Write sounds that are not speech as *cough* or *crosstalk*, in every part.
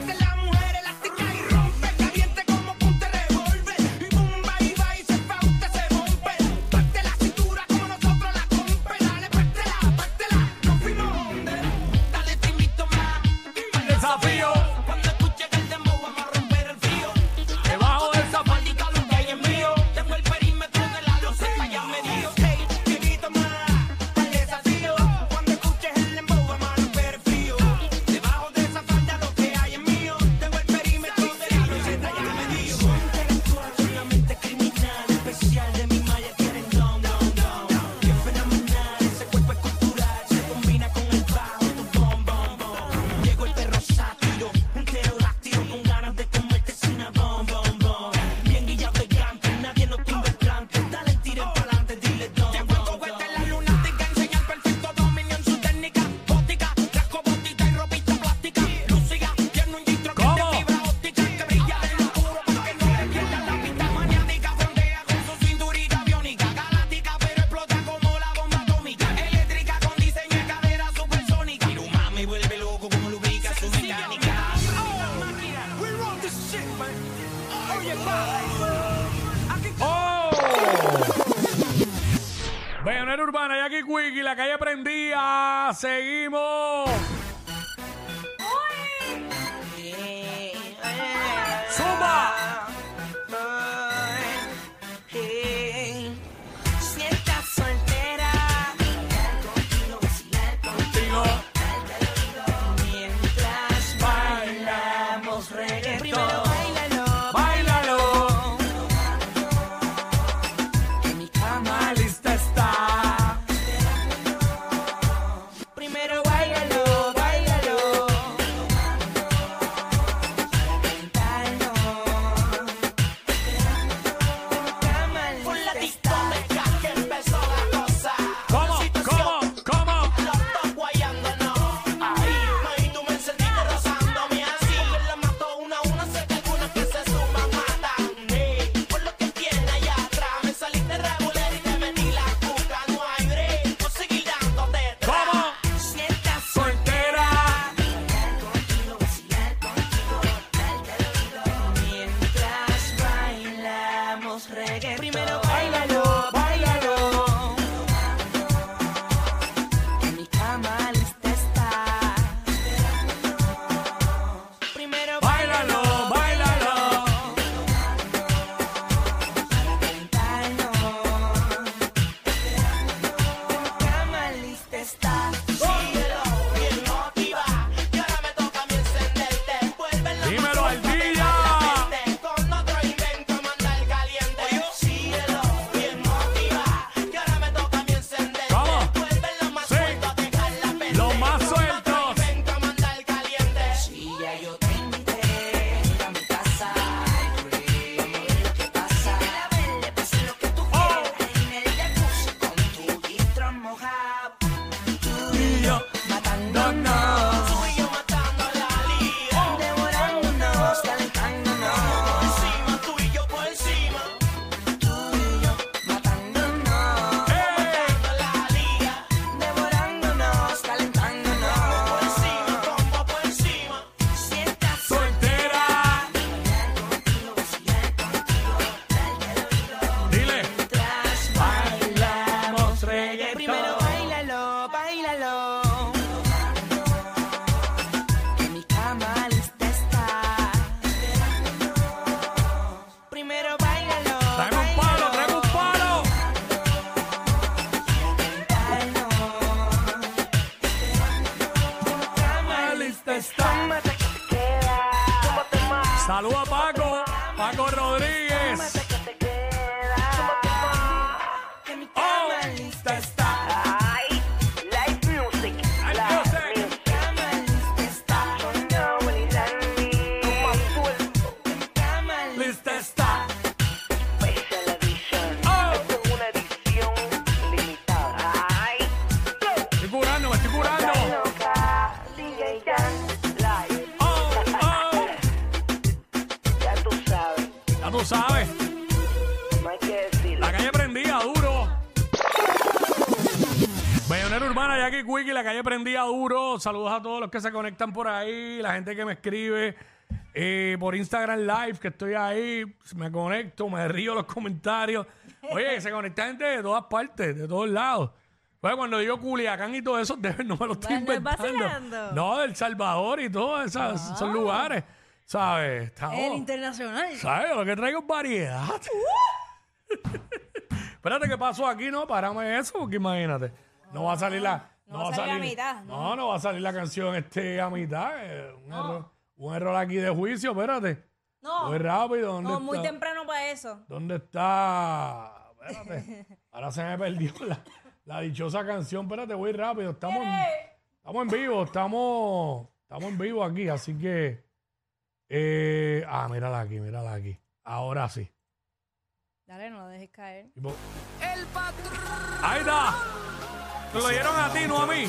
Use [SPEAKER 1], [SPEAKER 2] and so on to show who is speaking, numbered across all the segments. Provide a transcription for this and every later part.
[SPEAKER 1] Que la mujer elástica y rompe, caliente como punta de revólver. Y bomba y va y se pauta, se rompe. Parte la cintura como nosotros la compre. Dale, pártela, pártela, no fuimos donde. Dale, te invito más. El desafío. Cuando escuches el dembow vamos a romper el frío. Debajo del zapatito lo que hay es mío. Tengo el perímetro de la luz, ya me dio. Hey, te invito más. El desafío. Cuando escuches el dembow vamos a romper el frío. Debajo de esa falda lo que hay es mío. Tengo el perímetro de la luz, ya me dio. Cuesta la lunática, enseña el perfecto dominio en su técnica gótica, casco, botita y ropita plástica. Lucía tiene un distro que de fibra óptica que brilla en lo oscuro para que no le pierda la pista maniática. Frontea con su cinturita biónica, galáctica, pero explota como la bomba atómica. Eléctrica con diseño de cadera supersónica. Y mami vuelve loco como lubrica su mecánica. Oh. We run this shit, man. Oye, pa. Aquí
[SPEAKER 2] ¡Oh! Bayonera Urbana, Jackie Quickie, la calle prendía. Seguimos. ¡Zumba!
[SPEAKER 1] Si estás soltera, bailar contigo, vacilar contigo, darte oído mientras bailamos reggaetón. Primero bailalo,
[SPEAKER 2] ¡Báilalo!
[SPEAKER 1] en mi cama.
[SPEAKER 2] ¡Más lista está!
[SPEAKER 1] Primero bailalo, bailalo, bailalo, en mi cama. Con la discoteca que empezó la cosa.
[SPEAKER 2] ¿Cómo? ¿Cómo? ¿Cómo?
[SPEAKER 1] Los dos guayándonos Ahí, maí, tú me encendiste rozándome así Porque la mato una a una, sé que algunas que se suman matan Ey, Por lo que tiene allá atrás Me saliste regular y te metí la cuca No hay break, por seguir dándote
[SPEAKER 2] ¿Cómo?
[SPEAKER 1] Si estás
[SPEAKER 2] ¡Soltera!
[SPEAKER 1] contigo, vacilar contigo Darte el oído mientras bailamos reggaetón Primero bailalo, bailalo en mi cama lista está. Primero
[SPEAKER 2] ¡Báilalo! ¡Báilalo!
[SPEAKER 1] bailalo. En mi cama lista está. Síguelo, bien motiva. Y ahora me toca a mí encenderte. Vuelve la
[SPEAKER 2] ¡Dímelo,
[SPEAKER 1] más suelta,
[SPEAKER 2] Ardilla!
[SPEAKER 1] caliente. Con otro invento mandar caliente. Síguelo, bien motiva. Y ahora me toca a mí encenderte.
[SPEAKER 2] ¿Cómo?
[SPEAKER 1] Vuelve lo más
[SPEAKER 2] Sí.
[SPEAKER 1] suelto, dejar la pendiente.
[SPEAKER 2] ¡Los más sueltos!
[SPEAKER 1] Venga a mandar caliente. Si ya yo te invité a mi casa, vamos a ver lo que pasa. La vele, pase lo que tú quieras. En el jacuzzi con tu distro mojado. Tú y yo matándonos. Tú y yo matando la liga. Devorándonos, calentándonos. Encima, tú y yo por encima. Tú y yo matándonos. Matando la liga. Devorándonos, calentándonos. Por encima, como por encima. Si este estás
[SPEAKER 2] ¡Soltera!
[SPEAKER 1] contigo, vacilar contigo. Dale
[SPEAKER 2] Dile.
[SPEAKER 1] tras
[SPEAKER 2] Bailamos reggaetón.
[SPEAKER 1] Primero bailalo, bailalo. En mi cama lista está. Primero bailalo.
[SPEAKER 2] Traeme un palo, traeme un palo. Más lista está. Saluda a Paco, Paco Rodríguez. ¡Oh! Lista está. Lista está. Oh.
[SPEAKER 1] Bailalo,
[SPEAKER 2] Oh. Oh, sabes.
[SPEAKER 3] No hay que decirlo.
[SPEAKER 2] La calle prendía duro. Bayonera Urbana, Jackie Quickie, la calle prendía duro. Saludos a todos los que se conectan por ahí, la gente que me escribe eh, por Instagram Live, que estoy ahí, me conecto, me río los comentarios. Oye, se conecta gente de todas partes, de todos lados. Bueno, cuando digo Culiacán y todo eso, de- no me lo estoy
[SPEAKER 4] Bueno, es
[SPEAKER 2] inventando.
[SPEAKER 4] vacilando. Ah.
[SPEAKER 2] No, El Salvador y todos esos esos lugares. ¿Sabes? Estamos-
[SPEAKER 4] El internacional.
[SPEAKER 2] ¿Sabes? Lo que traigo es *laughs* variedad. Espérate, ¿qué pasó aquí? No, párame eso, porque imagínate. No va a salir la. No, va a salir,
[SPEAKER 4] a mitad,
[SPEAKER 2] No. no, va a salir la canción este a mitad. eh, un, error, un error aquí de juicio, espérate.
[SPEAKER 4] No,
[SPEAKER 2] Muy rápido, ¿dónde
[SPEAKER 4] no, muy
[SPEAKER 2] está?
[SPEAKER 4] temprano para eso.
[SPEAKER 2] ¿Dónde está? Espérate. Ahora se me perdió la, la dichosa canción. Espérate, voy rápido. Estamos en, estamos en vivo, estamos, estamos en vivo aquí, así que. eh, ah, mírala aquí, mírala aquí. Ahora sí.
[SPEAKER 4] Dale, no lo dejes caer.
[SPEAKER 2] El patrón. Ahí está. Te lo dieron a ti, no a mí.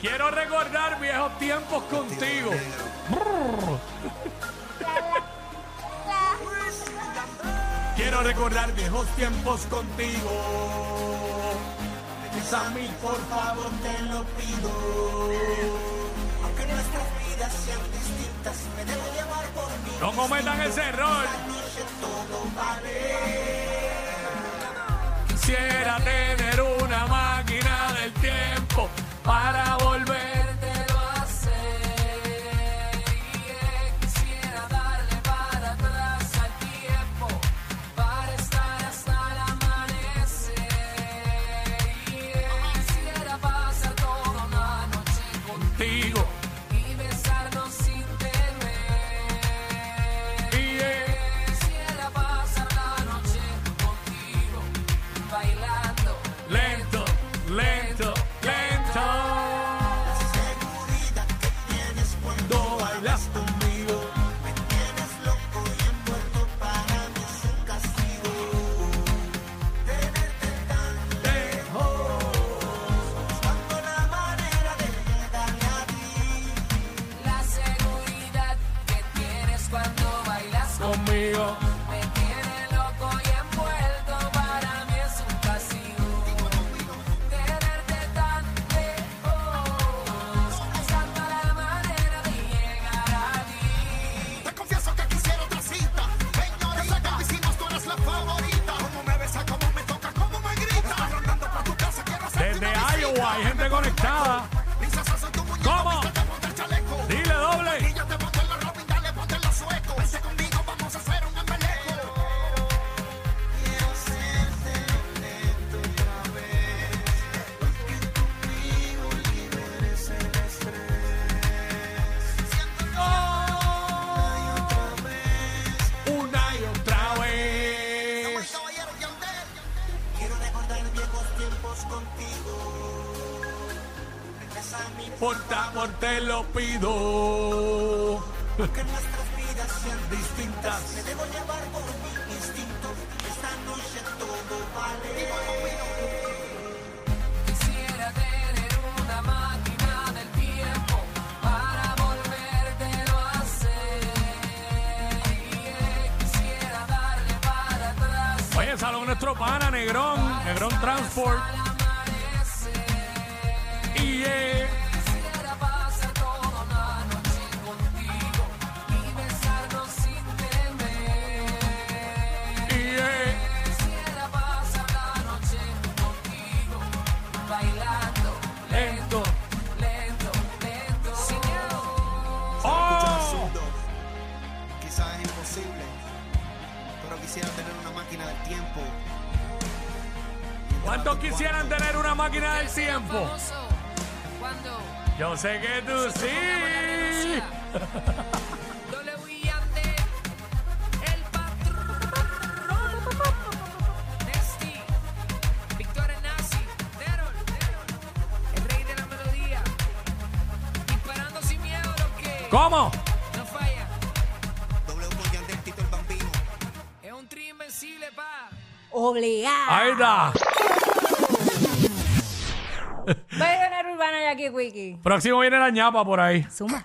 [SPEAKER 2] Quiero recordar viejos tiempos contigo. Brr. Quiero recordar viejos tiempos contigo.
[SPEAKER 5] a mí, por favor, te lo pido. Aunque nuestras vidas sean distintas, me debo llevar por mí.
[SPEAKER 2] No cometan ese error.
[SPEAKER 5] Noche todo vale.
[SPEAKER 2] Quisiera tener una máquina del tiempo para volvértelo a hacer. Y quisiera darle para atrás al tiempo para estar hasta el amanecer. Y quisiera pasar toda una noche contigo y besarnos sin temer. quisiera pasar la noche contigo bailando lento, lento, lento.
[SPEAKER 5] Seguridad que tienes cuando bailas conmigo. Me tienes loco y envuelto para mí es un castigo. Tenerte tan buscando la manera de llegarle a ti.
[SPEAKER 6] La seguridad que tienes cuando bailas
[SPEAKER 2] Conmigo,
[SPEAKER 6] me tiene loco y envuelto. Para mí es un castigo tenerte tan lejos, buscando la manera de llegar a ti.
[SPEAKER 5] Te confieso que quisiera otra cita. Señora, yo sé que lo hicimos, tú eres la favorita. Cómo me besa, cómo me toca, cómo me grita. Rondando pa' tu casa, quiero hacerte
[SPEAKER 2] desde
[SPEAKER 5] una visita.
[SPEAKER 2] Iowa hay gente conectada.
[SPEAKER 5] Pisas eso en tu muñeca,
[SPEAKER 2] ¿Cómo?
[SPEAKER 5] vístete, ponte el chaleco.
[SPEAKER 2] Dile doble.
[SPEAKER 5] Y yo te pongo la ropa y dale, ponte los suecos. Vente conmigo, vamos a hacer un embeleco. Quiero hacerte lento otra vez. Porque conmigo liberes el estrés. Siento que otra vez.
[SPEAKER 2] Una y otra vez.
[SPEAKER 5] Caballero Yandel, Quiero recordar viejos tiempos contigo. Regresa a mi
[SPEAKER 2] Por favor te lo pido.
[SPEAKER 5] que nuestras vidas sean distintas. Me debo llevar por mi instinto. Esta noche todo vale.
[SPEAKER 6] Quisiera tener una máquina del tiempo para volvértelo a hacer. Quisiera darle para atrás.
[SPEAKER 2] Oye, saludos a nuestro pana, Negrón, Negrón Transport. Y eh,
[SPEAKER 6] Quisiera pasar toda una noche contigo y besarnos sin temer.
[SPEAKER 2] y eh.
[SPEAKER 6] Quisiera pasar la noche contigo, bailando lento, lento, lento, sin miedo.
[SPEAKER 2] ¡Oh!
[SPEAKER 5] Quizás es imposible, pero quisiera tener una máquina del tiempo.
[SPEAKER 2] ¿Cuántos quisieran tener una máquina del tiempo?
[SPEAKER 6] Cuando
[SPEAKER 2] Yo sé que tú sí.
[SPEAKER 6] doble brillante, el patrón, Nesty, Victoria Nazi, Derol, el rey de la melodía, disparando sin miedo lo que
[SPEAKER 2] ¿Cómo?
[SPEAKER 6] no falla,
[SPEAKER 5] Doble con Yandel, Tito el Bambino.
[SPEAKER 6] es un trío invencible, pa.
[SPEAKER 4] Obligada.
[SPEAKER 2] Ahí está.
[SPEAKER 4] Bayonera urbana Jackie Quickie.
[SPEAKER 2] Próximo viene la ñapa por ahí.
[SPEAKER 4] Suma.